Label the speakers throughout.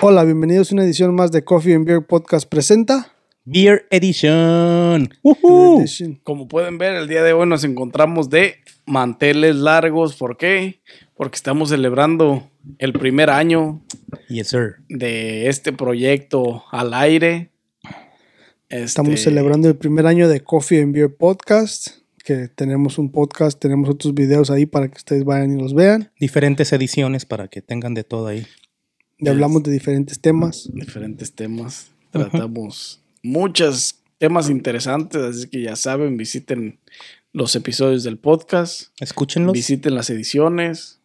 Speaker 1: Hola, bienvenidos a una edición más de Coffee and Beer Podcast presenta.
Speaker 2: Beer Edition.
Speaker 1: Beer
Speaker 3: Uh.
Speaker 2: ¡Woohoo!
Speaker 1: Edition.
Speaker 3: Como pueden ver, el día de hoy nos encontramos de manteles largos. ¿Por qué? Porque estamos celebrando el primer año
Speaker 2: Yes, sir.
Speaker 3: de este proyecto al aire. Este,
Speaker 1: Estamos celebrando el primer año de Coffee and Beer Podcast, que tenemos un podcast, tenemos otros videos ahí para que ustedes vayan y los vean.
Speaker 2: Diferentes ediciones para que tengan de todo ahí.
Speaker 1: Y hablamos de diferentes temas.
Speaker 3: diferentes temas. Tratamos muchos temas interesantes, así que ya saben, visiten los episodios del podcast.
Speaker 2: Escúchenlos.
Speaker 3: Visiten las ediciones.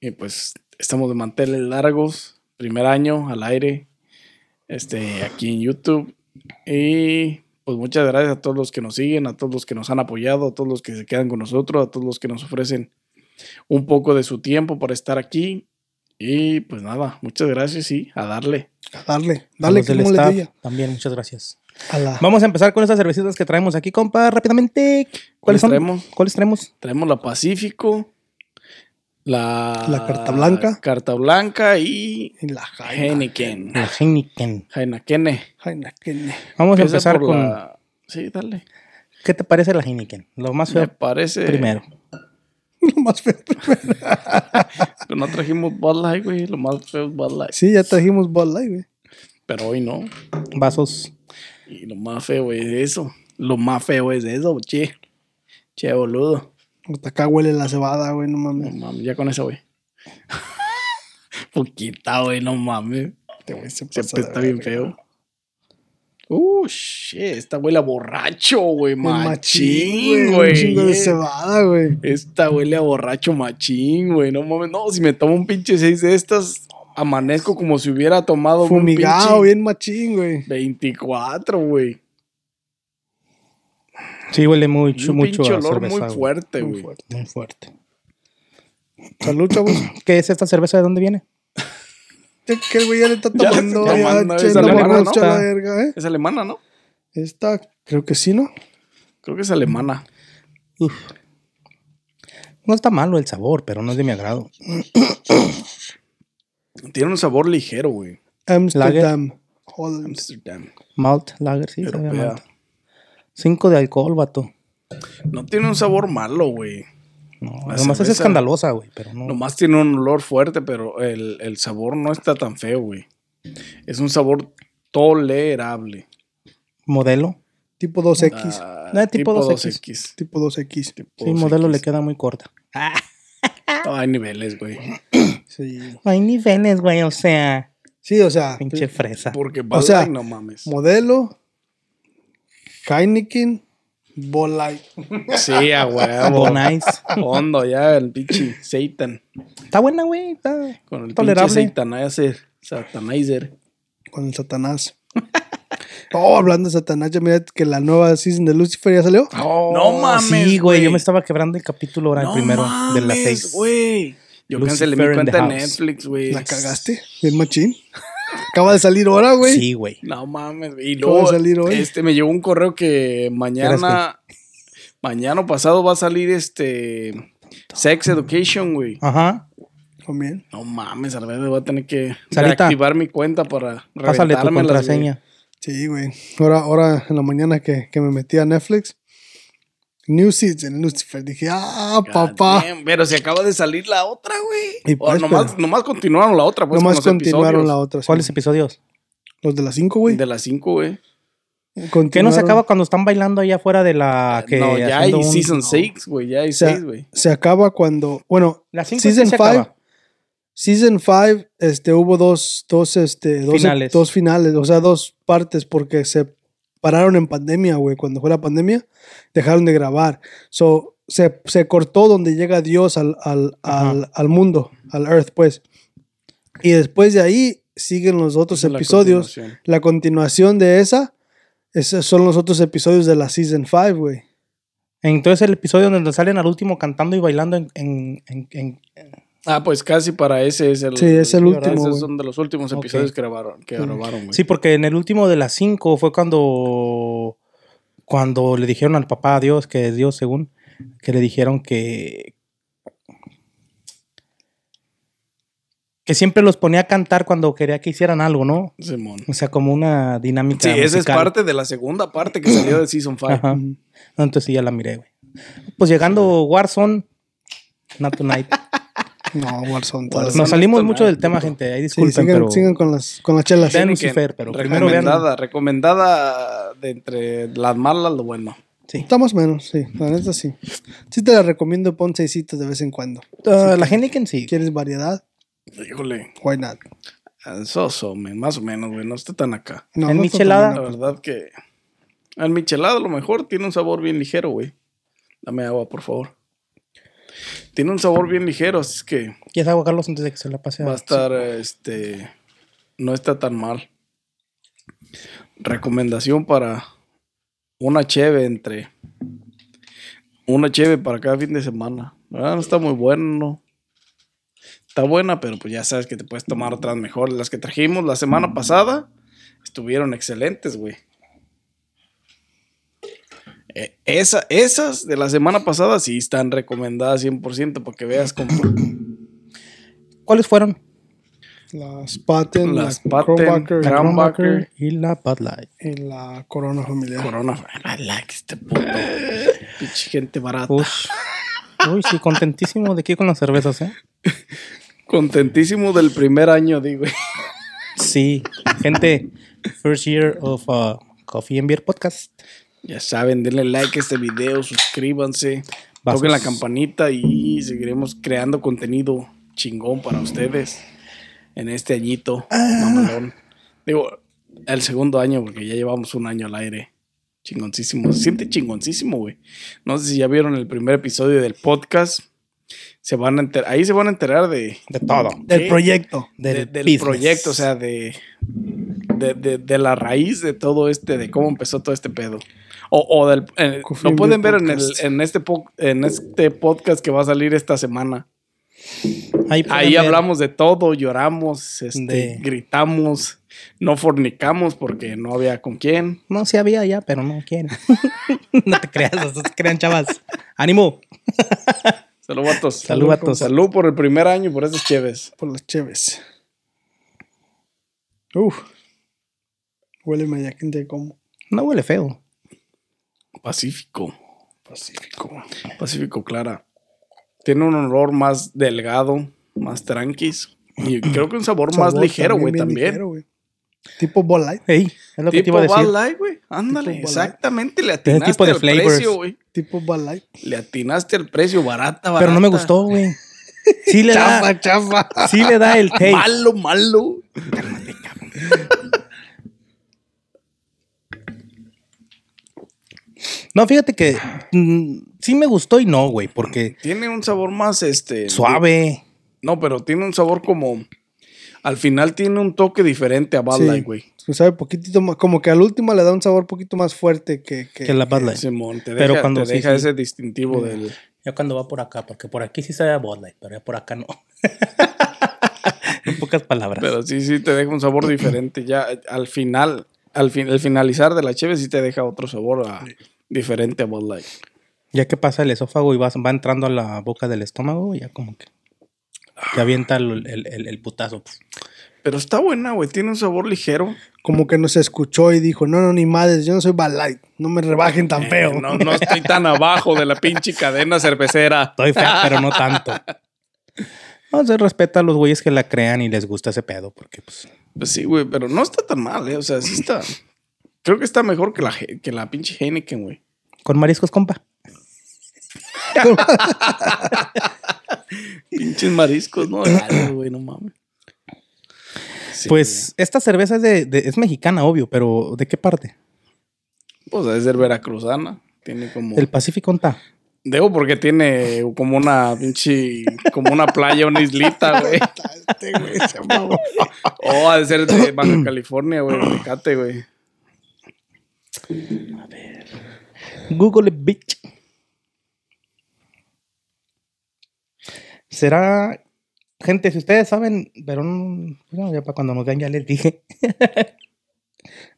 Speaker 3: Y pues estamos de manteles largos. Primer año al aire. Este, aquí en YouTube. Y pues muchas gracias a todos los que nos siguen, a todos los que nos han apoyado, a todos los que se quedan con nosotros, a todos los que nos ofrecen un poco de su tiempo para estar aquí. Y pues nada, muchas gracias y a darle.
Speaker 1: A darle,
Speaker 2: A
Speaker 1: dale
Speaker 2: los
Speaker 1: que
Speaker 2: del
Speaker 1: como le
Speaker 2: staff
Speaker 1: diga.
Speaker 2: También, muchas gracias.
Speaker 1: A la
Speaker 2: Vamos a empezar con estas cervecitas que traemos aquí, compa, rápidamente.
Speaker 3: ¿Cuáles
Speaker 2: ¿Cuáles son?
Speaker 3: traemos?
Speaker 2: ¿Cuáles traemos?
Speaker 3: Traemos la Pacífico, la,
Speaker 1: La Carta Blanca.
Speaker 3: Carta Blanca y
Speaker 1: y la Jaina.
Speaker 3: Heineken.
Speaker 2: La Heineken.
Speaker 3: Heineken.
Speaker 1: Jaina Kenne.
Speaker 2: Vamos a
Speaker 3: Empieza
Speaker 2: empezar
Speaker 3: por
Speaker 2: con.
Speaker 3: la- Sí, dale.
Speaker 2: ¿Qué te parece la Heineken? Lo más
Speaker 3: Me
Speaker 2: feo
Speaker 3: parece.
Speaker 2: primero.
Speaker 1: Lo más feo primero.
Speaker 3: que No trajimos Bud Light, güey. Lo más feo es Bud Light.
Speaker 1: Sí, ya trajimos Bud Light, güey.
Speaker 3: Pero hoy no.
Speaker 2: Vasos.
Speaker 3: Y lo más feo es eso. Lo más feo es eso, che. Che, boludo.
Speaker 1: Hasta acá huele la cebada, güey, no
Speaker 3: No
Speaker 1: mames.
Speaker 3: mames, ya con eso, güey. Poquita, güey, no mames.
Speaker 1: Este güey se pasa
Speaker 3: Siempre
Speaker 1: de
Speaker 3: está bien
Speaker 1: verga.
Speaker 3: feo. Uh, shit. Esta huele a borracho, güey.
Speaker 1: El
Speaker 3: Machín,
Speaker 1: Un
Speaker 3: güey.
Speaker 1: chingo de
Speaker 3: yeah.
Speaker 1: cebada, güey.
Speaker 3: Esta huele a borracho machín, güey. No mames. No, si me tomo un pinche seis de estas, amanezco como si hubiera tomado un
Speaker 1: Fumigado,
Speaker 3: pinche
Speaker 1: bien machín, güey.
Speaker 3: 24, güey.
Speaker 2: Sí, huele mucho,
Speaker 3: Un
Speaker 2: mucho
Speaker 3: pinche
Speaker 2: a
Speaker 3: olor
Speaker 2: cerveza,
Speaker 3: muy
Speaker 2: güey.
Speaker 3: fuerte,
Speaker 1: Muy
Speaker 3: güey.
Speaker 1: fuerte.
Speaker 2: Muy fuerte.
Speaker 1: Salud, chavos.
Speaker 2: ¿Qué es esta cerveza? ¿De dónde viene?
Speaker 1: Ya Que el güey ya le está
Speaker 3: Ya le
Speaker 1: tomando.
Speaker 3: está
Speaker 1: Ya,
Speaker 3: tomando,
Speaker 1: che,
Speaker 3: es
Speaker 1: la
Speaker 3: alemana,
Speaker 1: borracha
Speaker 2: ¿no?
Speaker 1: la verga, ¿eh?
Speaker 3: Es alemana, ¿no?
Speaker 1: Esta, creo que sí, ¿no?
Speaker 3: Creo que es alemana.
Speaker 2: Uf. No está malo el sabor, pero no es de mi agrado.
Speaker 3: Tiene un sabor ligero, güey.
Speaker 1: Amsterdam. Holland.
Speaker 3: Amsterdam.
Speaker 2: Malt lager, sí, sabe a
Speaker 3: Europea.
Speaker 2: malt. Cinco de alcohol, vato.
Speaker 3: No tiene un sabor malo, güey.
Speaker 2: No,
Speaker 3: La
Speaker 2: nomás es
Speaker 3: cerveza.
Speaker 2: escandalosa, güey, pero no.
Speaker 3: Nomás tiene un olor fuerte, pero el, el sabor no está tan feo, güey. Es un sabor tolerable.
Speaker 2: Modelo.
Speaker 1: Tipo 2X.
Speaker 3: Ah,
Speaker 2: No, tipo 2X.
Speaker 1: Tipo 2X.
Speaker 3: Oh,
Speaker 2: Sí,
Speaker 3: pues.
Speaker 2: modelo le queda muy corta.
Speaker 3: Ah. No, hay niveles, güey.
Speaker 1: Sí.
Speaker 2: No hay niveles, güey, o sea.
Speaker 1: Sí, o sea,
Speaker 2: Pinche fresa.
Speaker 3: Porque
Speaker 1: O
Speaker 3: Bud
Speaker 1: sea,
Speaker 3: Light, no mames.
Speaker 1: modelo, Heineken, Bud Light.
Speaker 3: Sí, a huevo.
Speaker 2: Ah, Bon Ice.
Speaker 3: Fondo, ya el pinche Satan.
Speaker 2: Está buena, güey. Está
Speaker 3: Con el pinche
Speaker 2: tolerable.
Speaker 3: Satanizer. Satanizer.
Speaker 1: Con el Satanás. Oh, hablando de Satanás, ya mira que la nueva season de Lucifer ya salió.
Speaker 3: no mames.
Speaker 2: Oh, Sí, güey. Yo me estaba quebrando el capítulo ahora, el primero de las seis.
Speaker 3: güey. Yo
Speaker 2: Lucifer
Speaker 3: cancelé mi
Speaker 2: in the
Speaker 3: cuenta en
Speaker 2: house.
Speaker 3: Netflix, güey.
Speaker 1: La cagaste, bien machín. Acaba de salir ahora, güey.
Speaker 2: Sí, güey.
Speaker 3: No mames. güey. Y
Speaker 1: Acaba
Speaker 3: luego,
Speaker 1: de salir hoy.
Speaker 3: este, me llegó un correo que mañana, mañana o pasado va a salir este Sex Education, güey.
Speaker 2: Ajá.
Speaker 1: También.
Speaker 3: No mames, a la vez voy a tener que
Speaker 2: Sarita,
Speaker 3: reactivar mi cuenta para
Speaker 2: Pásale tu
Speaker 3: reventármelas, güey.
Speaker 2: contraseña.
Speaker 1: Sí, güey. Ahora, ahora en la mañana que, que me metí a Netflix, New Season Lucifer. Dije, ah,
Speaker 3: God
Speaker 1: papá.
Speaker 3: damn, pero se acaba de salir la otra, güey.
Speaker 1: Y
Speaker 3: O
Speaker 1: pues,
Speaker 3: nomás,
Speaker 1: pero-
Speaker 3: nomás continuaron la otra, pues.
Speaker 1: Nomás
Speaker 3: con los
Speaker 1: continuaron
Speaker 3: episodios
Speaker 1: la otra. sí.
Speaker 2: ¿Cuáles episodios?
Speaker 1: Los de las 5, güey.
Speaker 3: De las cinco, güey.
Speaker 1: Continuaron.
Speaker 2: ¿Qué no se acaba cuando están bailando allá afuera de la que
Speaker 3: Ah, no, ya hay
Speaker 2: haciendo un-
Speaker 3: season 6, güey. Ya hay
Speaker 1: sea,
Speaker 3: 6, güey.
Speaker 1: Se acaba cuando. Bueno,
Speaker 2: La cinco sí
Speaker 1: Season
Speaker 2: se
Speaker 1: 5.
Speaker 2: acaba.
Speaker 1: Season 5, este, hubo dos, dos, este, dos
Speaker 2: Finales.
Speaker 1: dos finales, o sea, dos partes, porque se pararon en pandemia, güey. Cuando fue la pandemia, dejaron de grabar. So, se, se cortó donde llega Dios al, al,
Speaker 2: Ajá.
Speaker 1: al, al mundo, al Earth, pues. Y después de ahí siguen los otros
Speaker 3: La
Speaker 1: episodios.
Speaker 3: continuación.
Speaker 1: La continuación de esa, esos son los otros episodios de la Season 5, güey.
Speaker 2: Entonces el episodio donde salen al último cantando y bailando en... en- en- en-
Speaker 3: Ah, pues casi para ese es el.
Speaker 1: Sí, es el
Speaker 3: ¿verdad?
Speaker 1: último,
Speaker 3: Esos
Speaker 1: güey.
Speaker 3: son de los últimos
Speaker 2: Ok.
Speaker 3: episodios que grabaron, que grabaron, güey.
Speaker 2: Sí, porque en el último de las cinco fue cuando... Cuando le dijeron al papá a Dios, que es Dios según, que le dijeron que... que siempre los ponía a cantar cuando quería que hicieran algo, ¿no?
Speaker 3: Simón.
Speaker 2: O sea, como una dinámica.
Speaker 3: Sí, esa es
Speaker 2: musical.
Speaker 3: parte de la segunda parte que salió de Season 5.
Speaker 2: Ajá. No, entonces sí ya la miré, güey. Pues llegando Warzone, Not Tonight.
Speaker 1: No, Warzone. No,
Speaker 3: Warzone.
Speaker 2: Nos salimos
Speaker 3: Tonight.
Speaker 2: mucho del tema, gente. Ahí
Speaker 1: sí,
Speaker 2: disculpen,
Speaker 1: sigan,
Speaker 2: pero.
Speaker 1: sigan con las, con las chelas.
Speaker 2: Vean- Lucifer, pero primero vean-
Speaker 3: recomendada, recomendada de entre las malas, lo bueno.
Speaker 2: sí.
Speaker 1: Está más o menos, sí. La neta sí. Sí te la recomiendo, pon seisitos de vez en cuando.
Speaker 2: Ah, la gente que en sí.
Speaker 1: ¿Quieres variedad?
Speaker 3: Híjole,
Speaker 1: Why not?
Speaker 3: soso, men, más o menos, güey, no está tan acá.
Speaker 1: No,
Speaker 2: En
Speaker 1: no está tan
Speaker 2: michelada.
Speaker 3: La
Speaker 1: bueno.
Speaker 3: verdad que al michelado a lo mejor tiene un sabor bien ligero, güey. Dame agua, por favor. Tiene un sabor bien ligero, así es que
Speaker 2: ¿Quieres agua, Carlos, antes de que se la pase? a-
Speaker 3: va a estar, este, no está tan mal. Recomendación para una cheve entre, una cheve para cada fin de semana. Ah, no está muy bueno. Está buena, pero pues ya sabes que te puedes tomar otras mejores. Las que trajimos la semana pasada estuvieron excelentes, güey. Eh, esa- esas de la semana pasada sí están recomendadas 100% para que veas cómo...
Speaker 2: ¿Cuáles fueron?
Speaker 1: Las Patent,
Speaker 3: Las
Speaker 1: la
Speaker 3: Patent,
Speaker 1: Kronbacher
Speaker 3: la- Groundbacker.
Speaker 2: y la Bud Light.
Speaker 1: y la Corona Familiar.
Speaker 3: Corona. I like este puto. Pinche gente barata.
Speaker 2: Ush. Uy, sí, contentísimo de aquí con las cervezas, ¿eh?
Speaker 3: Contentísimo del primer año, digo.
Speaker 2: Sí, gente, first year of uh, Coffee and Beer Podcast.
Speaker 3: Ya saben, denle like a este video, suscríbanse,
Speaker 2: Vasos.
Speaker 3: toquen la campanita y seguiremos creando contenido chingón para ustedes en este añito. mamalón. Digo, el segundo año, porque ya llevamos un año al aire. Chingoncísimo. Se siente chingoncísimo, güey. No sé si ya vieron el primer episodio del podcast. Se van a enter- ahí se van a enterar de,
Speaker 2: De todo.
Speaker 1: Del proyecto.
Speaker 3: de- del
Speaker 2: business.
Speaker 3: proyecto, o sea, de, de, de- de la raíz de todo este, de cómo empezó todo este pedo. O, o del, eh,
Speaker 1: Coffee
Speaker 3: lo
Speaker 1: and
Speaker 3: pueden
Speaker 1: Beer
Speaker 3: ver en, el,
Speaker 1: Podcast.
Speaker 3: en, este po- en este podcast que va a salir esta semana.
Speaker 2: Ahí, pueden
Speaker 3: Ahí
Speaker 2: ver
Speaker 3: hablamos de todo, lloramos, este,
Speaker 2: De-
Speaker 3: gritamos, no fornicamos porque no había con quién.
Speaker 2: No, sí había ya, pero no quieren. no te creas, no se crean, chavas. ánimo.
Speaker 3: Salud, vatos.
Speaker 2: Salud, vatos.
Speaker 3: Salud por el primer año y por esas cheves.
Speaker 1: Por las cheves. Uf. Huele media gente como.
Speaker 2: No huele feo.
Speaker 3: Pacífico.
Speaker 1: Pacífico.
Speaker 3: Pacífico Clara. Tiene un olor más delgado, más tranquis. Y creo que un sabor, más
Speaker 1: Sabor
Speaker 3: ligero, güey,
Speaker 1: bien
Speaker 3: también.
Speaker 1: ligero, güey. Tipo Bud Light,
Speaker 2: Ey, es lo que te iba a
Speaker 3: tipo
Speaker 2: decir.
Speaker 3: Bud Light, güey. Ándale,
Speaker 1: Tipo Bud Light.
Speaker 3: exactamente. Le
Speaker 2: Tiene
Speaker 3: atinaste
Speaker 2: tipo de
Speaker 3: al
Speaker 2: flavors.
Speaker 3: precio, güey.
Speaker 1: tipo Bud Light.
Speaker 3: Le atinaste al precio, barata, barata.
Speaker 2: Pero no me gustó, güey. Sí le da,
Speaker 1: Chafa, chafa.
Speaker 2: sí le da el taste.
Speaker 3: Malo, malo.
Speaker 2: No, fíjate que mm, sí me gustó y no, güey, porque
Speaker 3: Tiene un sabor más, este...
Speaker 2: suave.
Speaker 3: No, pero tiene un sabor como... Al final tiene un toque diferente a Bud
Speaker 1: Sí.
Speaker 3: Light, güey.
Speaker 1: Se Pues sabe poquitito más. Como que al último le da un sabor poquito más fuerte que.
Speaker 3: Eh,
Speaker 1: que-
Speaker 2: Que la Bud Light.
Speaker 3: Simón, te
Speaker 2: Pero
Speaker 3: deja,
Speaker 2: cuando
Speaker 3: te
Speaker 2: sí,
Speaker 3: deja
Speaker 2: sí. Mm.
Speaker 3: ese distintivo del...
Speaker 2: Ya cuando va por acá, porque por aquí sí se da Bud Light, pero ya por acá no. en pocas palabras.
Speaker 3: Pero sí, sí, te deja un sabor diferente. Ya eh, al final, al fin, el finalizar de la cheve sí te deja otro sabor a- diferente a Bud Light.
Speaker 2: Ya que pasa el esófago y vas- va entrando a la boca del estómago, ya como que te avienta el, el- el- el putazo.
Speaker 3: Pero está buena, güey. Tiene un sabor ligero.
Speaker 1: Como que no se escuchó y dijo: No, no, ni madres, yo no soy Bud Light. No me rebajen tan feo.
Speaker 3: Eh, no, no estoy tan abajo de la pinche cadena cervecera.
Speaker 2: Estoy fea, pero no tanto. No, se respeta a los güeyes que la crean y les gusta ese pedo, porque pues...
Speaker 3: Pues sí, güey, pero no está tan mal, ¿eh? O sea, sí está. Creo que está mejor que la, He- que la pinche Heineken, güey.
Speaker 2: Con mariscos, compa.
Speaker 3: Pinches mariscos, ¿no? Dale, güey, no mames. Sí,
Speaker 2: pues esta cerveza es, de, de- es mexicana, obvio, pero ¿de qué parte?
Speaker 3: güey. Pues debe ser veracruzana. Tiene como.
Speaker 2: Del Pacífico, ¿onta?
Speaker 3: Debo porque tiene como una pinche, como una playa, una islita, güey.
Speaker 1: Este güey se mamó.
Speaker 3: O ha de ser de Baja California, güey, Tecate, güey.
Speaker 2: Google it, bitch. Será. Gente, si ustedes saben, pero no- no, ya para cuando nos vean ya les dije.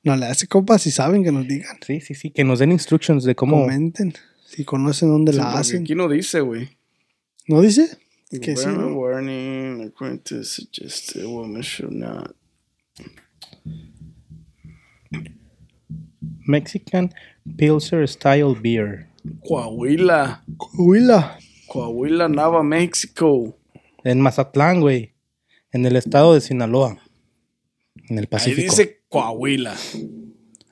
Speaker 1: No le hace compas si saben que nos digan.
Speaker 2: Sí, sí, sí, que nos den instructions de cómo.
Speaker 1: Comenten. Si conocen dónde
Speaker 3: Sí,
Speaker 1: la
Speaker 3: porque
Speaker 1: hacen.
Speaker 3: Aquí no dice, güey.
Speaker 1: ¿No dice? Que sí,
Speaker 3: Warning,
Speaker 1: ¿no?
Speaker 3: warning, according to the suggested woman should not.
Speaker 2: Mexican Pilsner Style Beer.
Speaker 3: Coahuila.
Speaker 1: Coahuila.
Speaker 3: Coahuila, Nava, México.
Speaker 2: En Mazatlán, güey. En el estado de Sinaloa. En el
Speaker 3: Ahí
Speaker 2: Pacífico.
Speaker 3: dice Coahuila.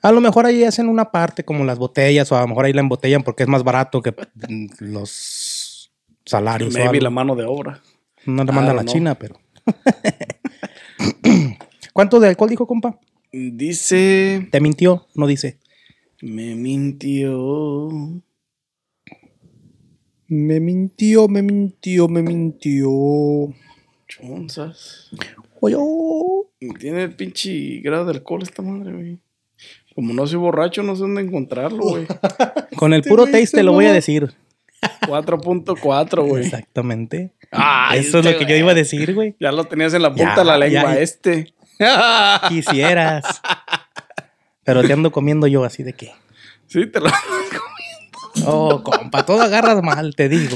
Speaker 2: A lo mejor ahí hacen una parte como las botellas, o a lo mejor ahí la embotellan porque es más barato que mm, los salarios. o
Speaker 3: Maybe
Speaker 2: algo.
Speaker 3: la mano de obra.
Speaker 2: No la manda
Speaker 3: I
Speaker 2: a la
Speaker 3: don't know.
Speaker 2: China, pero. ¿Cuánto de alcohol dijo, compa?
Speaker 3: Dice.
Speaker 2: ¿Te mintió? No dice.
Speaker 3: Me mintió.
Speaker 1: Me mintió, me mintió, me mintió.
Speaker 3: Chonzas.
Speaker 1: Oye, oh,
Speaker 3: Tiene pinche grado de alcohol esta madre, güey. Como no soy borracho, no sé dónde encontrarlo, güey.
Speaker 2: Con el
Speaker 1: Este
Speaker 2: puro
Speaker 1: güey
Speaker 2: taste
Speaker 1: está
Speaker 2: te lo voy a
Speaker 1: mamá.
Speaker 2: decir.
Speaker 3: 4.4, güey.
Speaker 2: Exactamente.
Speaker 3: Ay,
Speaker 2: Eso es
Speaker 3: este
Speaker 2: lo que yo
Speaker 3: güey.
Speaker 2: iba a decir, güey.
Speaker 3: Ya lo tenías en la punta
Speaker 2: Ya,
Speaker 3: de la lengua,
Speaker 2: ya.
Speaker 3: este.
Speaker 2: Quisieras. Pero te ando comiendo yo así de que.
Speaker 3: Sí, te lo.
Speaker 2: Oh, compa, todo agarras mal, te digo.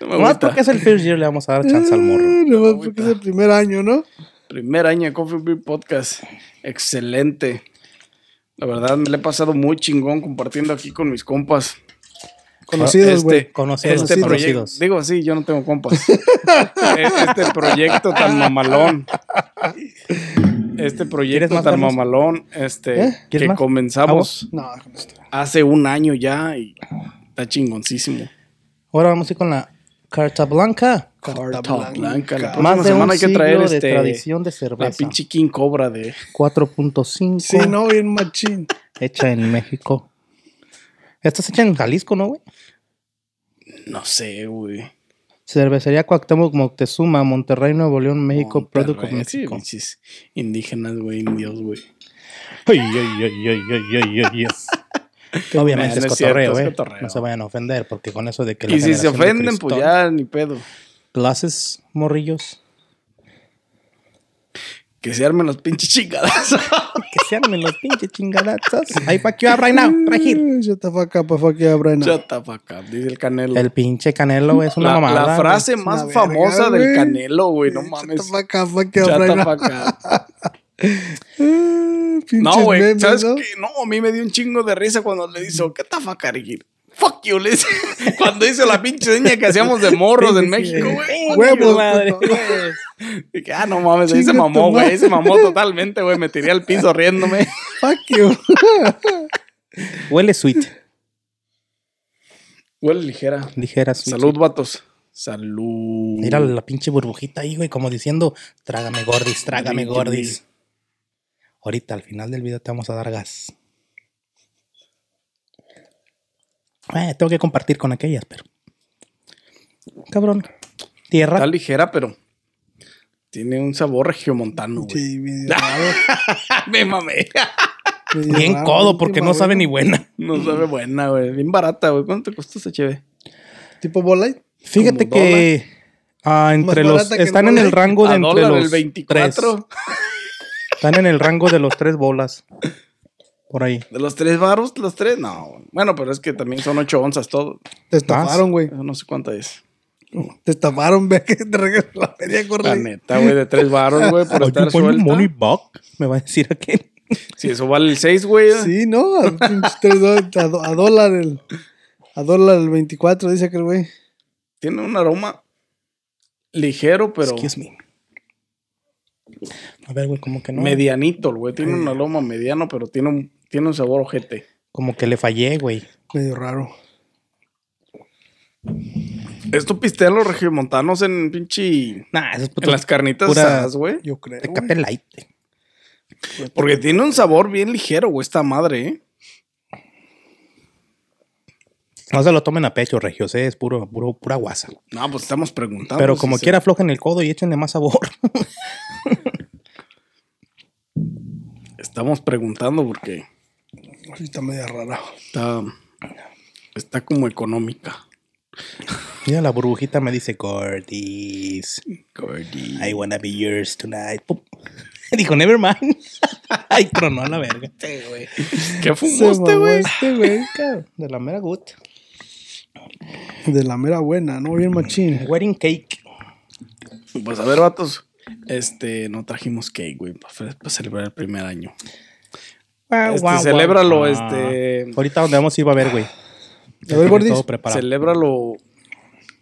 Speaker 3: No me
Speaker 2: Más
Speaker 3: gusta.
Speaker 2: porque es el first year, le vamos a dar chance al morro.
Speaker 1: eh, No, más porque es el primer año, ¿no?
Speaker 3: Primer año de Coffee Beer Podcast. Excelente. La verdad, me la he pasado muy chingón compartiendo aquí con mis compas. Ah,
Speaker 1: Conocidos, güey.
Speaker 2: Conocidos,
Speaker 1: este
Speaker 3: proye-
Speaker 2: conocidos.
Speaker 3: Digo, sí, yo no tengo compas. este proyecto tan mamalón. Este
Speaker 2: ¿Quieres
Speaker 3: proyecto
Speaker 2: más,
Speaker 3: tan
Speaker 2: Carlos?
Speaker 3: mamalón este,
Speaker 2: ¿Eh? ¿Quieres
Speaker 3: que
Speaker 2: más?
Speaker 3: comenzamos
Speaker 1: No, déjame estar.
Speaker 3: hace un año ya y está chingoncísimo.
Speaker 2: Ahora vamos a ir con la carta blanca.
Speaker 1: Carta
Speaker 3: Carta blanca. La próxima
Speaker 2: Más de
Speaker 3: semana
Speaker 2: un
Speaker 3: hay que
Speaker 2: siglo
Speaker 3: traer
Speaker 2: de
Speaker 3: este,
Speaker 2: tradición de
Speaker 3: la
Speaker 2: cerveza.
Speaker 3: pinche King Cobra de
Speaker 2: 4.5
Speaker 1: Sí, no, bien machín.
Speaker 2: hecha en México. Esta es hecha en Jalisco, ¿no, güey?
Speaker 3: No sé, güey.
Speaker 2: Cervecería Cuauhtémoc Moctezuma, Monterrey, Nuevo León, México, Product of
Speaker 3: Monterrey, sí, pues.
Speaker 2: México.
Speaker 3: pinches indígenas, güey, indios, güey.
Speaker 2: Ay, ay, ay, ay, ay, ay, ay, ay. Que Obviamente
Speaker 3: Nah,
Speaker 2: es
Speaker 3: no es cierto,
Speaker 2: cotorreo,
Speaker 3: es
Speaker 2: ¿eh?
Speaker 3: cotorreo.
Speaker 2: No se vayan a ofender, porque con eso de que la
Speaker 3: Y si se
Speaker 2: generación de
Speaker 3: ofenden, pues
Speaker 2: cristal-
Speaker 3: ya ni pedo.
Speaker 2: Clases, morrillos.
Speaker 3: Que se armen las pinches chingadas.
Speaker 2: Que se armen los pinches chingadazos. Ahí fuck you up right now, right here.
Speaker 1: Shut the fuck up, fuck you up right now.
Speaker 3: Shut the fuck up, dice el Canelo.
Speaker 2: El pinche Canelo güey, es una
Speaker 3: la,
Speaker 2: mamada.
Speaker 3: la
Speaker 2: güey.
Speaker 3: frase
Speaker 1: una
Speaker 3: más
Speaker 1: verga,
Speaker 3: famosa del
Speaker 1: güey.
Speaker 3: Canelo, güey, no
Speaker 1: Shut
Speaker 3: mames.
Speaker 1: the fuck up, fuck you up
Speaker 3: Shut
Speaker 1: right
Speaker 3: the
Speaker 1: now.
Speaker 3: fuck up.
Speaker 1: Ah, pinches
Speaker 3: No, güey,
Speaker 1: memes,
Speaker 3: ¿sabes
Speaker 1: ¿no?
Speaker 3: qué? No, a mí me dio un chingo de risa cuando le dice, ¿qué the fuck are you? Fuck you, le dice. Cuando hizo la pinche seña que hacíamos de morros en México, güey.
Speaker 1: Huevos,
Speaker 2: madre.
Speaker 1: puto.
Speaker 3: Dije, ah, no mames, ahí se
Speaker 1: Chinga tu
Speaker 3: mamó, güey,
Speaker 1: madre.
Speaker 3: ahí se mamó totalmente, güey. Me tiré al piso riéndome.
Speaker 1: Fuck you.
Speaker 2: Huele sweet,
Speaker 3: Huele ligera.
Speaker 2: dijera sweet.
Speaker 3: Salud, vatos. Salud.
Speaker 2: Mira la pinche burbujita ahí, güey, como diciendo, trágame gordis, trágame
Speaker 3: Drink
Speaker 2: gordis. Ahorita, al final del video, te vamos a dar gas. Eh, tengo que compartir con aquellas, pero... Cabrón.
Speaker 3: Está
Speaker 2: Tierra.
Speaker 3: ligera, pero tiene un sabor regiomontano, güey.
Speaker 1: Sí, medio raro,
Speaker 3: Me mamé.
Speaker 1: medio
Speaker 2: Bien
Speaker 1: raro,
Speaker 2: codo, porque
Speaker 1: última,
Speaker 2: no sabe
Speaker 1: güey.
Speaker 2: ni buena.
Speaker 3: No sabe buena, güey. Bien barata, güey. ¿Cuánto te costó esa cheve?
Speaker 1: Tipo Bolite.
Speaker 2: Fíjate
Speaker 3: Como dólar.
Speaker 2: que ah, entre
Speaker 1: Más
Speaker 2: los...
Speaker 1: barata que el
Speaker 2: Están en el
Speaker 1: dólar.
Speaker 2: rango de
Speaker 3: A
Speaker 2: entre
Speaker 3: dólar el
Speaker 2: los
Speaker 3: 24.
Speaker 2: tres. Están en el rango de los tres bolas. Por ahí.
Speaker 3: De los tres baros, los tres, no. Bueno, pero es que también son ocho onzas todo.
Speaker 1: Te
Speaker 2: Ah,
Speaker 1: estafaron, güey.
Speaker 3: Eso no sé cuánta es.
Speaker 1: Te estafaron, ve que te regresas la media gorda.
Speaker 3: La neta, güey, de tres baros, güey, por
Speaker 2: Are
Speaker 3: estar
Speaker 2: you putting money
Speaker 3: suelta.
Speaker 2: back? Me va a decir aquel.
Speaker 3: Si eso vale el seis, güey.
Speaker 1: Sí, ¿no? A, pinches tres dólares, a do- a dólar el... A dólar el 24, dice aquel güey.
Speaker 3: Tiene un aroma ligero, pero
Speaker 2: Excuse me. A ver, güey, como que no.
Speaker 3: medianito, el güey. Tiene un aroma mediano, pero tiene un, tiene un sabor ojete.
Speaker 2: Como que le fallé, güey.
Speaker 1: Medio raro.
Speaker 3: Esto pistea los regiomontanos en pinche.
Speaker 2: Nah, eso es puto.
Speaker 3: En las carnitas
Speaker 2: pura-
Speaker 3: asadas, güey.
Speaker 1: Yo creo. güey.
Speaker 2: Tecate light.
Speaker 3: Porque tiene un sabor bien ligero, güey, esta madre, ¿eh?
Speaker 2: No se lo tomen a pecho, regios. eh, Es puro, puro, pura guasa.
Speaker 3: No, pues estamos preguntando.
Speaker 2: Pero
Speaker 3: si
Speaker 2: como
Speaker 3: se-
Speaker 2: quiera, aflojen el codo y échenle más sabor.
Speaker 3: Estamos preguntando porque
Speaker 1: Ahorita media rara.
Speaker 3: está. Está como económica.
Speaker 2: Mira, la burbujita me dice, Gordis,
Speaker 3: Gordy.
Speaker 2: I wanna be yours tonight. Pum. Dijo, never mind. Ay, tronó a la verga.
Speaker 3: ¿Qué
Speaker 1: Se
Speaker 3: fumaste,
Speaker 1: mamó
Speaker 3: güey?
Speaker 1: Este güey.
Speaker 2: De la mera gut.
Speaker 1: De la mera buena, ¿no? Bien machín.
Speaker 2: Wedding cake.
Speaker 3: Pues a ver, vatos. Este, no trajimos cake, güey, para, para celebrar el primer año.
Speaker 2: Guau,
Speaker 3: Este,
Speaker 2: guau, guau.
Speaker 3: celébralo,
Speaker 2: Ah.
Speaker 3: este.
Speaker 2: Ahorita donde vamos a ir va a ver, güey. Ya
Speaker 1: A ver,
Speaker 2: tienen
Speaker 1: gordis,
Speaker 2: todo preparado.
Speaker 3: Celébralo.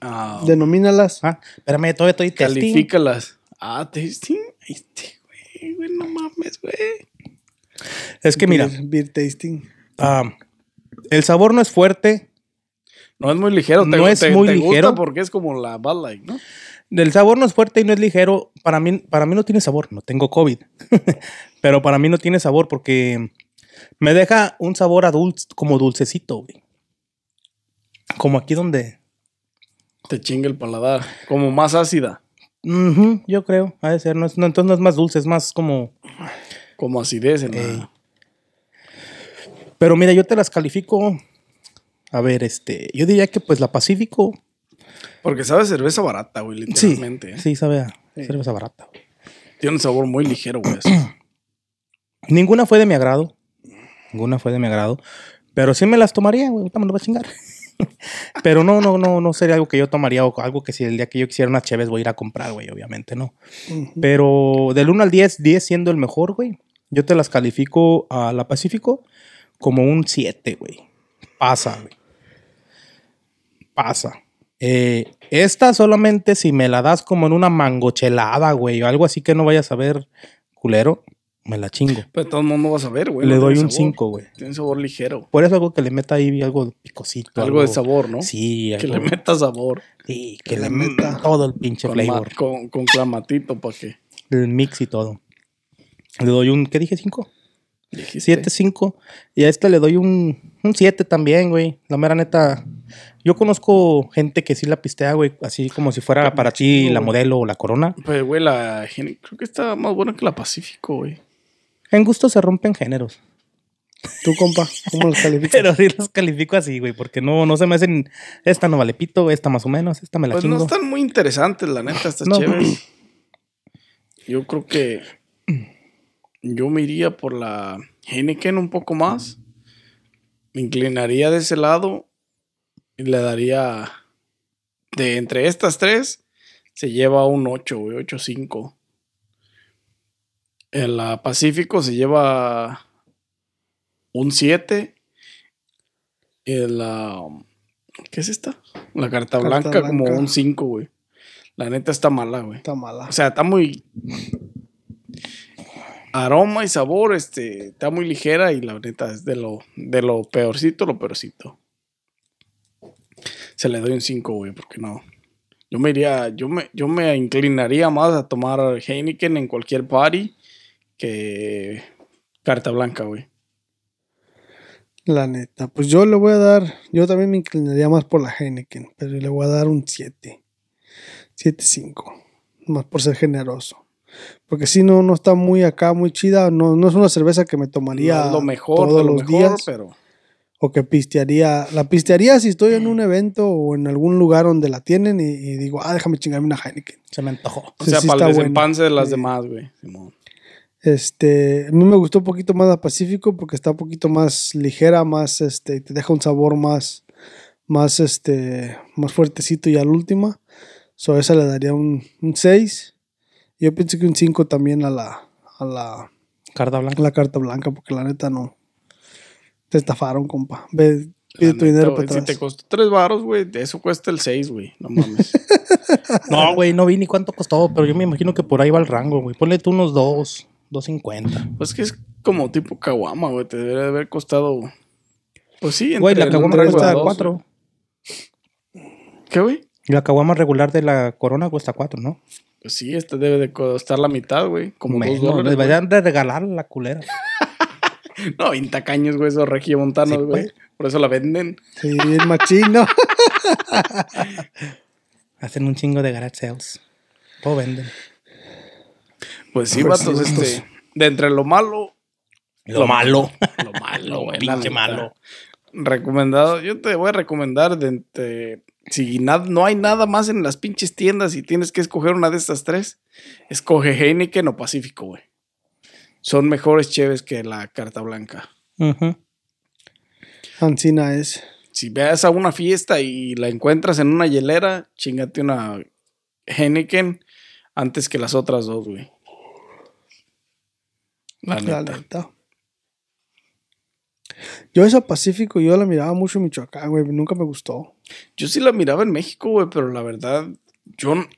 Speaker 3: ah,
Speaker 1: Denomínalas.
Speaker 2: Ah, espérame, todavía estoy testing.
Speaker 3: califícalas. Ah, tasting. Este, güey, güey, no mames, güey.
Speaker 2: Es que mira,
Speaker 1: Beer, beer tasting.
Speaker 2: ah, el sabor no es fuerte.
Speaker 3: No es muy ligero. te-
Speaker 2: No es
Speaker 3: te-
Speaker 2: muy
Speaker 3: te gusta
Speaker 2: ligero.
Speaker 3: porque es como la Bad Light, ¿no?
Speaker 2: El sabor no es fuerte y no es ligero. Para mí, para mí no tiene sabor. No tengo COVID. Pero para mí no tiene sabor porque me deja un sabor a dulce, como dulcecito, güey. Como aquí donde.
Speaker 3: Te chinga el paladar. Como más ácida.
Speaker 2: Ujú, yo creo, ha de ser. No es- no, entonces no es más dulce, es más como.
Speaker 3: Como acidez en la-
Speaker 2: Ey. Pero mira, yo te las califico. A ver, este. Yo diría que pues la Pacífico.
Speaker 3: Porque sabe a cerveza barata, güey,
Speaker 2: Sí.
Speaker 3: literalmente. ¿eh?
Speaker 2: Sí, sabe a
Speaker 3: Sí.
Speaker 2: cerveza barata. güey.
Speaker 3: Tiene un sabor muy ligero, güey. eso.
Speaker 2: Ninguna fue de mi agrado. Ninguna fue de mi agrado. Pero sí me las tomaría, güey. Ahorita me lo voy a chingar. pero no, no, no, no sería algo que yo tomaría o algo que si el día que yo quisiera una Cheves voy a ir a comprar, güey, obviamente, no.
Speaker 1: Ujú.
Speaker 2: Pero del 1 al 10, 10 siendo el mejor, güey. Yo te las califico a la Pacífico como un 7, güey. Pasa, güey. Pasa. Eh, esta solamente si me la das como en una mangochelada, güey, o algo así que no vayas a ver, culero, me la chingo.
Speaker 3: Pero todo el mundo va a saber, güey.
Speaker 2: Le
Speaker 3: no
Speaker 2: doy
Speaker 3: tiene
Speaker 2: un
Speaker 3: sabor.
Speaker 2: 5, güey.
Speaker 3: Tiene un sabor ligero.
Speaker 2: Por eso algo que le meta ahí algo picosito.
Speaker 3: Algo de sabor, ¿no?
Speaker 2: Sí,
Speaker 3: Que
Speaker 2: algo-
Speaker 3: le meta sabor.
Speaker 2: sí, que le meta todo el pinche
Speaker 3: Con, ma-
Speaker 2: flavor.
Speaker 3: con, con clamatito, ¿para qué?
Speaker 2: El mix y todo. Le doy un, ¿qué dije? ¿5?
Speaker 3: Dijiste.
Speaker 2: 7-5. Y a esta le doy un 7 también, güey. La mera neta. Yo conozco gente que sí la pistea, güey. Así como si fuera para ti la modelo o la corona.
Speaker 3: Pues, güey, la Gen- creo que está más buena que la Pacífico, güey.
Speaker 2: En gusto se rompen géneros.
Speaker 1: Tú, compa, ¿cómo los calificas?
Speaker 2: Pero sí los califico así, güey. Porque no, no se me hacen. Esta no vale pito, esta más o menos, esta me la
Speaker 3: Pues
Speaker 2: chingo.
Speaker 3: no están muy interesantes, la neta, está
Speaker 2: No.
Speaker 3: chévere. Yo creo que yo me iría por la Heineken un poco más. Me inclinaría de ese lado y le daría de entre estas tres se lleva un 8, güey, 8-5. En la Pacífico se lleva un 7. En la ¿Qué es esta? La
Speaker 1: Carta
Speaker 3: carta, blanca, como
Speaker 1: blanca.
Speaker 3: un 5, güey. La neta está mala, güey.
Speaker 1: Está mala.
Speaker 3: O sea, está muy. Aroma y sabor, este, está muy ligera y la neta es de lo, de lo peorcito, lo peorcito. Se le doy un 5, güey, porque no. Yo me iría, yo me, yo me inclinaría más a tomar Heineken en cualquier party que carta blanca, güey.
Speaker 1: La neta. Pues yo le voy a dar. Yo también me inclinaría más por la Heineken. Pero le voy a dar un 7. 7-5. Más por ser generoso. Porque si no, no está muy acá, muy chida. No, no es una cerveza que me tomaría
Speaker 3: No es lo mejor,
Speaker 1: todos
Speaker 3: de lo
Speaker 1: los
Speaker 3: mejor,
Speaker 1: días.
Speaker 3: pero
Speaker 1: o que pistearía. La pistearía si estoy
Speaker 3: Mm.
Speaker 1: en un evento o en algún lugar donde la tienen y, y digo, ah, déjame chingarme una Heineken.
Speaker 2: Se me antojó.
Speaker 3: o
Speaker 1: Sí,
Speaker 3: sea,
Speaker 1: sí
Speaker 3: para el
Speaker 1: está buena.
Speaker 3: desempance de las
Speaker 1: Sí.
Speaker 3: demás, güey. Simón.
Speaker 1: Este, a mí me gustó un poquito más la Pacífico porque está un poquito más ligera, más este, te deja un sabor más, más este, más fuertecito y al última. So, esa le daría un 6. Yo pienso que un 5 también a la, a la,
Speaker 2: Carta
Speaker 1: a
Speaker 2: blanca.
Speaker 1: la carta blanca porque la neta no. Te estafaron, compa. Ve, pide
Speaker 3: La
Speaker 1: tu
Speaker 3: neta,
Speaker 1: dinero
Speaker 3: güey,
Speaker 1: para atrás.
Speaker 3: Si te costó tres varos, güey, de eso cuesta el seis, güey. No mames.
Speaker 2: No, Ah, güey, no vi ni cuánto costó, pero yo me imagino que por ahí va el rango, güey. Ponle tú unos 2, 2.50.
Speaker 3: pues que es como tipo caguama, güey. Te debería de haber costado. Pues sí,
Speaker 2: Güey, la
Speaker 3: el
Speaker 2: caguama
Speaker 3: rango de
Speaker 2: cuesta
Speaker 3: dos,
Speaker 2: 4.
Speaker 3: güey. ¿Qué, güey?
Speaker 2: La caguama regular de la corona cuesta 4, ¿no?
Speaker 3: Pues sí, este debe de costar la mitad, güey. Como
Speaker 2: Menos,
Speaker 3: dos dólares.
Speaker 2: les
Speaker 3: güey.
Speaker 2: vayan a regalar la culera.
Speaker 3: No, 20 caños, güey, esos regiomontanos,
Speaker 2: Sí,
Speaker 3: güey.
Speaker 2: pues.
Speaker 3: Por eso la venden.
Speaker 1: Sí, bien machino.
Speaker 2: Hacen un chingo de garage sales. Todo venden.
Speaker 3: Pues sí,
Speaker 1: Pues sí,
Speaker 3: vatos,
Speaker 1: vatos.
Speaker 3: este. De entre lo malo,
Speaker 2: Lo malo.
Speaker 3: lo malo, güey. la
Speaker 2: Pinche
Speaker 3: neta.
Speaker 2: malo.
Speaker 3: Recomendado, yo te voy a recomendar de entre- si na- no hay nada más en las pinches tiendas y tienes que escoger una de estas tres, escoge Heineken o Pacífico, güey. Son mejores cheves que la carta blanca.
Speaker 2: Ujú.
Speaker 1: Ancina es.
Speaker 3: Si veas a una fiesta y la encuentras en una hielera, chingate una Heineken antes que las otras dos, güey. La
Speaker 1: La
Speaker 3: neta.
Speaker 1: neta. Yo esa Pacífico, yo la miraba mucho en Michoacán, güey. Nunca me gustó.
Speaker 3: Yo sí la miraba en México, güey, pero la verdad, yo, n-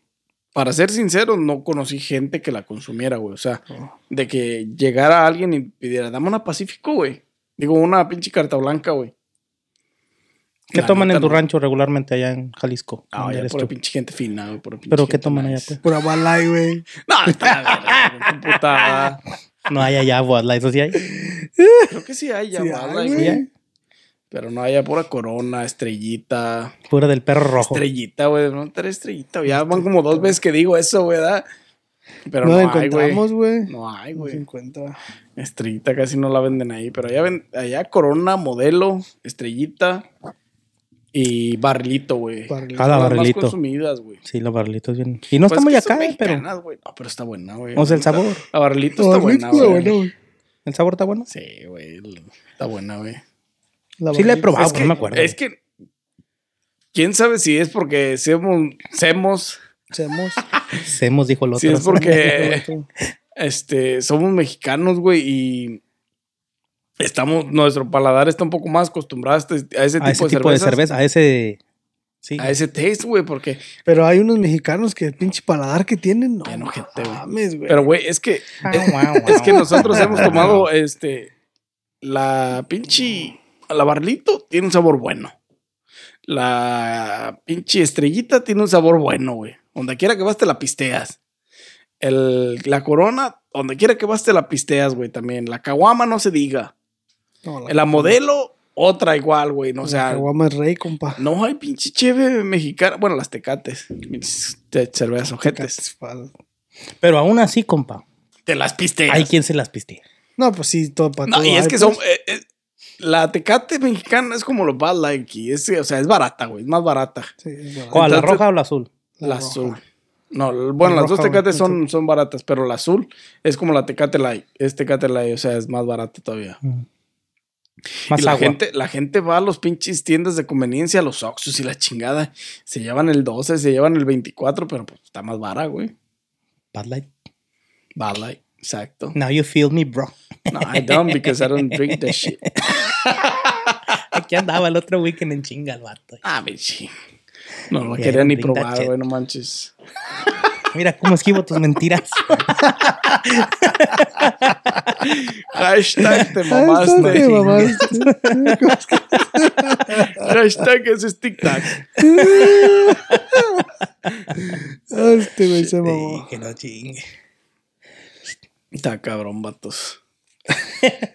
Speaker 3: para ser sincero, no conocí gente que la consumiera, güey. O sea,
Speaker 2: Oh.
Speaker 3: de que llegara alguien y pidiera, dame una Pacífico, güey. Digo, una pinche carta blanca, güey.
Speaker 2: ¿Qué
Speaker 3: La
Speaker 2: toman
Speaker 3: neta,
Speaker 2: en tu
Speaker 3: no.
Speaker 2: rancho regularmente allá en Jalisco?
Speaker 3: No,
Speaker 2: donde
Speaker 3: ya
Speaker 2: Ah, eres
Speaker 3: por
Speaker 2: tú?
Speaker 3: pinche gente fina, güey. pura pinche
Speaker 2: ¿Pero qué
Speaker 3: gente
Speaker 2: toman allá,
Speaker 3: nice.
Speaker 2: pues?
Speaker 1: Pura balay, güey.
Speaker 3: No, está la verga, güey, qué putada.
Speaker 2: No hay allá, Bud Light, ¿eso sí hay?
Speaker 3: Creo que sí hay ya,
Speaker 1: Sí,
Speaker 3: Bud
Speaker 1: ay,
Speaker 3: Light,
Speaker 1: güey.
Speaker 3: güey. Pero no haya pura corona, estrellita.
Speaker 2: Pura del perro rojo.
Speaker 3: Estrellita, güey. No, traer estrellita. Ya van como dos veces que digo eso, güey. ¿verdad? Pero
Speaker 1: no
Speaker 3: no,
Speaker 1: la
Speaker 3: hay, güey.
Speaker 1: encontramos, güey.
Speaker 3: No hay,
Speaker 1: No se
Speaker 3: güey.
Speaker 1: encuentra.
Speaker 3: Estrellita casi no la venden ahí. Pero allá, ven- allá corona, modelo, estrellita y barrilito, güey.
Speaker 1: Barrilito.
Speaker 2: Ah, la
Speaker 3: Son las
Speaker 2: barrilito.
Speaker 3: Más consumidas, güey.
Speaker 2: Sí, los barlitos bien. Y no
Speaker 3: Pues
Speaker 2: está muy
Speaker 3: que son
Speaker 2: acá, eh, pero.
Speaker 3: mexicanas, güey. No, pero está buena, güey.
Speaker 2: O sea, el sabor.
Speaker 3: La barrilito
Speaker 1: No,
Speaker 3: está
Speaker 1: el
Speaker 3: buena,
Speaker 1: Mexico,
Speaker 3: güey.
Speaker 1: bueno, güey.
Speaker 2: ¿El sabor está bueno?
Speaker 3: Sí, güey. Está buena, güey.
Speaker 1: La
Speaker 2: Sí, la he
Speaker 1: Barrilito.
Speaker 2: probado,
Speaker 3: es
Speaker 2: pero
Speaker 3: que,
Speaker 2: Ah, no me acuerdo.
Speaker 3: Es que. Quién sabe si es porque semos. semos
Speaker 1: Hacemos.
Speaker 2: Semos, dijo el otro.
Speaker 3: si es porque. este, somos mexicanos, güey, y estamos, nuestro paladar está un poco más acostumbrado a este- a ese tipo,
Speaker 2: a ese
Speaker 3: de,
Speaker 2: tipo de
Speaker 3: cervezas,
Speaker 2: cerveza, a ese. Sí.
Speaker 3: A ese taste, güey, porque...
Speaker 1: Pero hay unos mexicanos que el pinche paladar que tienen, no.
Speaker 3: Bien ojete, güey.
Speaker 1: mames, güey.
Speaker 3: Pero, güey, es que,
Speaker 2: es
Speaker 3: es que nosotros hemos tomado, este, la pinche, la barlito tiene un sabor bueno. La pinche estrellita tiene un sabor bueno, güey. Donde quiera que vas te la pisteas. El, la corona, donde quiera que vas te la pisteas, güey, también. La caguama no se diga.
Speaker 1: No,
Speaker 3: La modelo, otra igual, güey. No, o sea,
Speaker 1: Caguama es rey, compa.
Speaker 3: no hay pinche cheve mexicana. Bueno, las tecates. pinches te- Cervezas ojetes.
Speaker 1: Cates,
Speaker 2: Pero aún así, compa,
Speaker 3: Te las pisteas.
Speaker 2: hay quien se las pistea.
Speaker 1: No, pues sí, todo para
Speaker 3: no,
Speaker 1: todo
Speaker 3: y es
Speaker 1: hay,
Speaker 3: que
Speaker 1: pues.
Speaker 3: son. eh, eh, la tecate mexicana es como los Bad Light aquí. Es, o sea, es barata, güey. Es más barata.
Speaker 1: Sí, es verdad.
Speaker 2: ¿Cuál? ¿La
Speaker 3: Entonces-
Speaker 2: roja o la azul?
Speaker 1: La
Speaker 3: La,
Speaker 1: roja.
Speaker 3: azul. No, l- bueno,
Speaker 1: La
Speaker 3: las dos
Speaker 1: roja, güey,
Speaker 3: tecates son, son baratas, pero la azul es como la tecate light. Es tecate light, o sea, es más barata todavía.
Speaker 2: Más
Speaker 3: y la
Speaker 2: agua.
Speaker 3: gente, la gente va a los pinches tiendas de conveniencia, a los Oxxos y la chingada. Se llevan el 12, se llevan el 24, pero pues está más vara, güey.
Speaker 2: Bud Light.
Speaker 3: Bad Light, exacto.
Speaker 2: Now you feel me, bro.
Speaker 3: No, I don't because I don't drink that shit.
Speaker 2: Aquí andaba el otro weekend en chinga el vato.
Speaker 3: Ah, bichi. No lo
Speaker 2: Yeah,
Speaker 3: quería ni
Speaker 2: drink that
Speaker 3: probar,
Speaker 2: shit.
Speaker 3: güey, no manches.
Speaker 2: Mira cómo esquivo tus mentiras.
Speaker 3: Hashtag te
Speaker 1: Ay,
Speaker 3: mamaste.
Speaker 1: te mamaste.
Speaker 3: Hashtag ese es TikTok.
Speaker 1: Ah, Este güey se
Speaker 2: Sí,
Speaker 1: mamó.
Speaker 2: que no chingue.
Speaker 3: Está cabrón, vatos.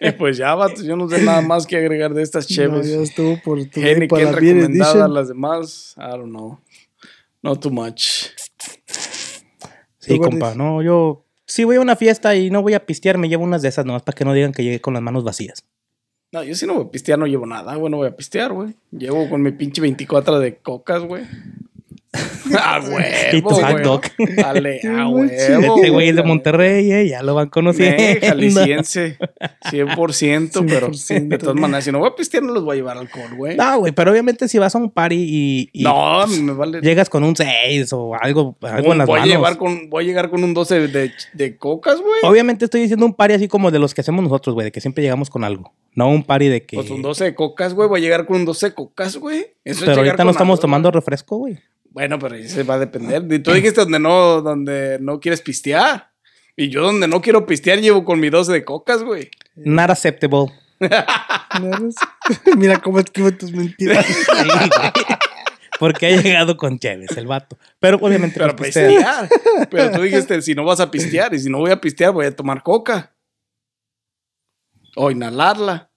Speaker 3: y pues ya, vatos, yo no sé nada más que agregar de estas
Speaker 1: No,
Speaker 3: chéves.
Speaker 1: ya estuvo por tu
Speaker 3: Henry,
Speaker 1: para
Speaker 3: ¿quién
Speaker 1: la Beer
Speaker 3: recomendada a
Speaker 1: Edition.
Speaker 3: las demás? I don't know. Not too much.
Speaker 2: Sí,
Speaker 1: ¿Tú,
Speaker 2: compa,
Speaker 1: Gordis?
Speaker 2: no, yo. Si voy a una fiesta y no voy a pistear, me llevo unas de esas nomás para que no digan que llegué con las manos vacías.
Speaker 3: No, yo si no voy a pistear, no llevo nada, güey, no voy a pistear, güey. Llevo con mi pinche 24 de cocas, güey. A huevo,
Speaker 2: Y tu hot
Speaker 3: güey.
Speaker 2: dog.
Speaker 3: Dale, a huevo.
Speaker 2: Este güey es de Monterrey, eh, ya lo van conociendo.
Speaker 3: Eh, Jalisciense, 100%, pero
Speaker 1: 100%.
Speaker 3: de todas maneras, si no voy a pistear, no los voy a llevar alcohol, güey.
Speaker 2: No, güey, pero obviamente si vas a un party y, y
Speaker 3: No, a mí me vale.
Speaker 2: llegas con un 6 o algo, algo en las
Speaker 3: voy, a llevar
Speaker 2: manos.
Speaker 3: con, voy a llegar con un 12 de, de cocas, güey.
Speaker 2: Obviamente estoy diciendo un party así como de los que hacemos nosotros, güey, de que siempre llegamos con algo. No un party de que.
Speaker 3: Pues un 12 de cocas, güey. Voy a llegar con un 12 de cocas, güey. Eso es
Speaker 2: pero
Speaker 3: llegar
Speaker 2: ahorita no
Speaker 3: con
Speaker 2: estamos
Speaker 3: algo.
Speaker 2: tomando refresco, güey.
Speaker 3: Bueno, pero ahí se va a depender. Y Tú dijiste donde no, donde no quieres pistear. Y yo donde no quiero pistear llevo con mi 12 de cocas, güey.
Speaker 2: Not acceptable.
Speaker 1: Mira cómo esquivo tus mentiras.
Speaker 2: Sí, güey. Porque ha llegado con Chévez, el vato. Pero obviamente.
Speaker 3: Pero
Speaker 2: pues, usted-
Speaker 3: pistear. Pero tú dijiste, si no vas a pistear, y si no voy a pistear, voy a tomar coca. O inhalarla.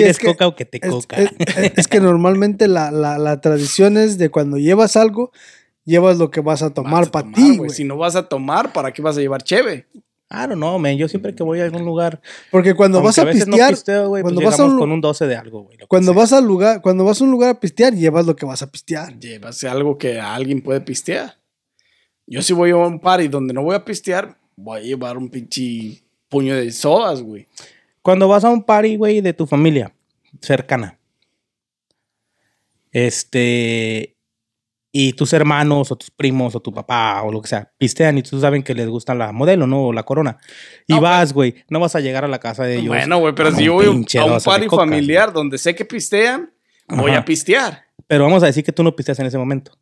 Speaker 1: Sí,
Speaker 2: eres
Speaker 1: es que-
Speaker 2: coca o que te
Speaker 1: Es,
Speaker 2: coca.
Speaker 1: es- es- es que normalmente la, la, la tradición es de cuando llevas algo, llevas lo que vas a tomar
Speaker 3: Vas a
Speaker 1: para
Speaker 3: tomar,
Speaker 1: ti,
Speaker 3: Si
Speaker 1: güey.
Speaker 3: no vas a tomar, ¿para qué vas a llevar cheve?
Speaker 2: I don't know, man. Yo siempre que voy a algún lugar.
Speaker 1: Porque cuando
Speaker 2: aunque
Speaker 1: vas a
Speaker 2: veces
Speaker 1: pistear,
Speaker 2: No pisteo, güey, pues
Speaker 1: cuando vas a
Speaker 2: llegamos
Speaker 1: un-
Speaker 2: con un 12 de algo, güey. lo que
Speaker 1: cuando
Speaker 2: sea.
Speaker 1: vas al lugar, cuando vas a un lugar a pistear, llevas lo que vas a pistear.
Speaker 3: Llevas algo que alguien puede pistear. Yo si voy a un party donde no voy a pistear, voy a llevar un pinche puño de sodas, güey.
Speaker 2: Cuando vas a un party, güey, de tu familia cercana. Este. y tus hermanos o tus primos o tu papá o lo que sea pistean y tú saben que les gusta la modelo, ¿no? O la corona. Y
Speaker 3: No,
Speaker 2: vas, güey, no vas a llegar a la casa de ellos.
Speaker 3: Bueno, güey, pero
Speaker 2: con
Speaker 3: si yo
Speaker 2: un
Speaker 3: voy a un
Speaker 2: pinche doce de
Speaker 3: party
Speaker 2: coca,
Speaker 3: familiar donde sé que pistean, voy
Speaker 2: Ajá.
Speaker 3: a pistear.
Speaker 2: Pero vamos a decir que tú no pisteas en ese momento.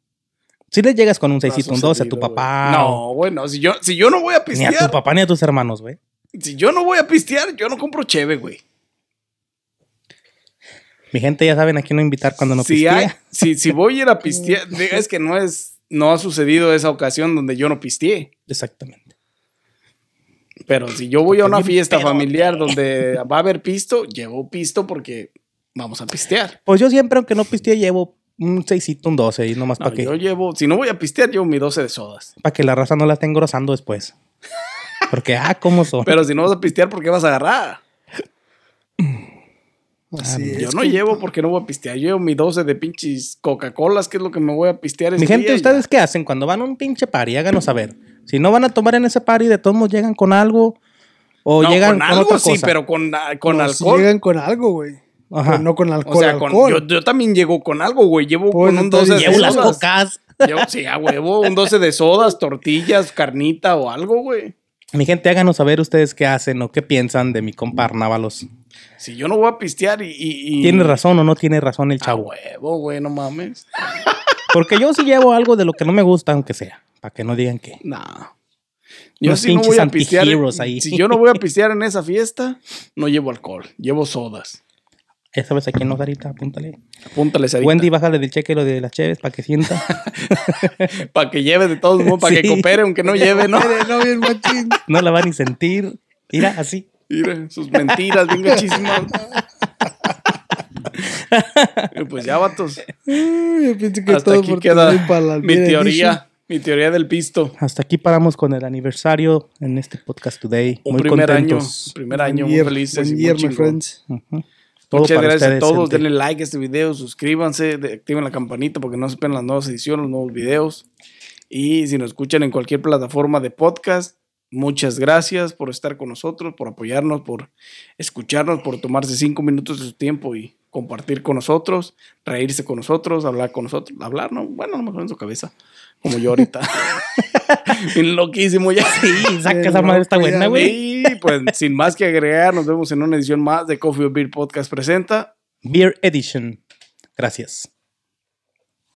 Speaker 2: Si le llegas con un
Speaker 3: No ha
Speaker 2: seisito, un 12 a tu
Speaker 3: sucedido,
Speaker 2: papá.
Speaker 3: güey.
Speaker 2: o-
Speaker 3: No, bueno, si yo, si yo no voy a
Speaker 2: Ni a tu
Speaker 3: pistear,
Speaker 2: papá ni a tus hermanos, güey.
Speaker 3: si yo no voy a pistear, yo no compro cheve, güey.
Speaker 2: Mi gente ya saben a quién no invitar cuando no
Speaker 3: si,
Speaker 2: pistea.
Speaker 3: hay- si, si voy a ir a pistear, diga, es que no es, no ha sucedido esa ocasión donde yo no pisteé.
Speaker 2: Exactamente.
Speaker 3: Pero si yo voy a una
Speaker 2: Bien
Speaker 3: fiesta
Speaker 2: pedote.
Speaker 3: familiar donde va a haber pisto, llevo pisto porque vamos a pistear.
Speaker 2: Pues yo siempre, aunque no pistee, llevo un seisito, un 12 y nomás
Speaker 3: No,
Speaker 2: para que,
Speaker 3: Yo llevo, si no voy a pistear, llevo mi 12 de sodas.
Speaker 2: pa' que la raza no la esté engrosando después. Porque, ah, cómo son.
Speaker 3: Pero si no vas a pistear, ¿por qué vas a agarrar?
Speaker 2: Ah,
Speaker 1: Así
Speaker 3: Yo
Speaker 1: es.
Speaker 3: no llevo porque no voy a pistear. Yo llevo mi 12 de pinches Coca-Colas, que es lo que me voy a pistear.
Speaker 2: Mi
Speaker 3: ese
Speaker 2: gente,
Speaker 3: día y ya.
Speaker 2: ¿ustedes qué hacen cuando van a un pinche party? Háganos saber. Si no van a tomar en ese party, de todos modos llegan con algo o
Speaker 3: No,
Speaker 2: llegan con,
Speaker 3: con algo
Speaker 2: otra
Speaker 3: sí,
Speaker 2: cosa.
Speaker 3: pero con, ah, con
Speaker 1: No, si
Speaker 3: alcohol.
Speaker 1: llegan con algo, güey.
Speaker 2: Ajá.
Speaker 1: Pero no con alcohol.
Speaker 3: o sea, con-
Speaker 1: alcohol.
Speaker 3: yo, yo también llego con algo, güey. Llevo
Speaker 1: Pues,
Speaker 3: con un
Speaker 1: entonces,
Speaker 3: 12 de
Speaker 2: Llevo las
Speaker 3: sodas.
Speaker 2: cocas.
Speaker 3: Llevo, sí, a huevo, un 12 de sodas, tortillas, carnita o algo, güey.
Speaker 2: Mi gente, háganos saber ustedes qué hacen o qué piensan de mi compa Arnábalos.
Speaker 3: Si yo no voy a pistear y. y, y-
Speaker 2: ¿Tiene razón o no tiene razón el
Speaker 3: A
Speaker 2: chavo?
Speaker 3: huevo, güey, no mames.
Speaker 2: Porque yo sí llevo algo de lo que no me gusta, aunque sea. Para que no digan que.
Speaker 3: Nah. Yo
Speaker 2: Unos
Speaker 3: si no voy
Speaker 2: pinches
Speaker 3: a pistear.
Speaker 2: antiheroes ahí.
Speaker 3: Si yo no voy a pistear en esa fiesta, no llevo alcohol, llevo sodas.
Speaker 2: Ya sabes a quién no, Sarita, apúntale.
Speaker 3: Apúntales ahí.
Speaker 2: Wendy, bájale del cheque lo de las cheves para que sienta.
Speaker 3: Para que lleve de todos modos, para
Speaker 2: Sí.
Speaker 3: que coopere, aunque no lleve, ¿no?
Speaker 1: No, bien machín.
Speaker 2: No la va ni sentir. Mira, así.
Speaker 3: Mira, sus mentiras, venga chismas. Y pues ya, vatos.
Speaker 1: Ay, Yo pienso que
Speaker 3: Hasta
Speaker 1: todo
Speaker 3: aquí
Speaker 1: por
Speaker 3: queda
Speaker 1: tener para la
Speaker 3: mi
Speaker 1: Mira
Speaker 3: teoría, mi teoría del pisto.
Speaker 2: Hasta aquí paramos con el aniversario en este podcast today.
Speaker 3: Un
Speaker 2: Muy
Speaker 3: primer
Speaker 2: contentos.
Speaker 3: año, primer
Speaker 1: Buen
Speaker 3: año, muy
Speaker 1: year,
Speaker 3: felices.
Speaker 1: buen
Speaker 3: y muy
Speaker 1: year, my
Speaker 3: chingón.
Speaker 1: friends.
Speaker 2: Ujú. Todo
Speaker 3: Muchas
Speaker 2: para
Speaker 3: gracias a
Speaker 2: ustedes,
Speaker 3: todos.
Speaker 2: gente.
Speaker 3: Denle like a este video, suscríbanse, de- activen la campanita porque no se pierdan las nuevas ediciones, los nuevos videos. Y si nos escuchan en cualquier plataforma de podcast, muchas gracias por estar con nosotros, por apoyarnos, por escucharnos, por tomarse cinco minutos de su tiempo y compartir con nosotros, reírse con nosotros, hablar con nosotros, hablar, no, bueno, a lo mejor en su cabeza, como yo ahorita. Bien loquísimo ya.
Speaker 2: Sí, saca
Speaker 1: Qué
Speaker 2: esa madre, está
Speaker 1: loco ya,
Speaker 2: buena, Ah, güey.
Speaker 3: Y pues sin más que agregar, nos vemos en una edición más de Coffee or Beer Podcast presenta
Speaker 2: Beer Edition. Gracias.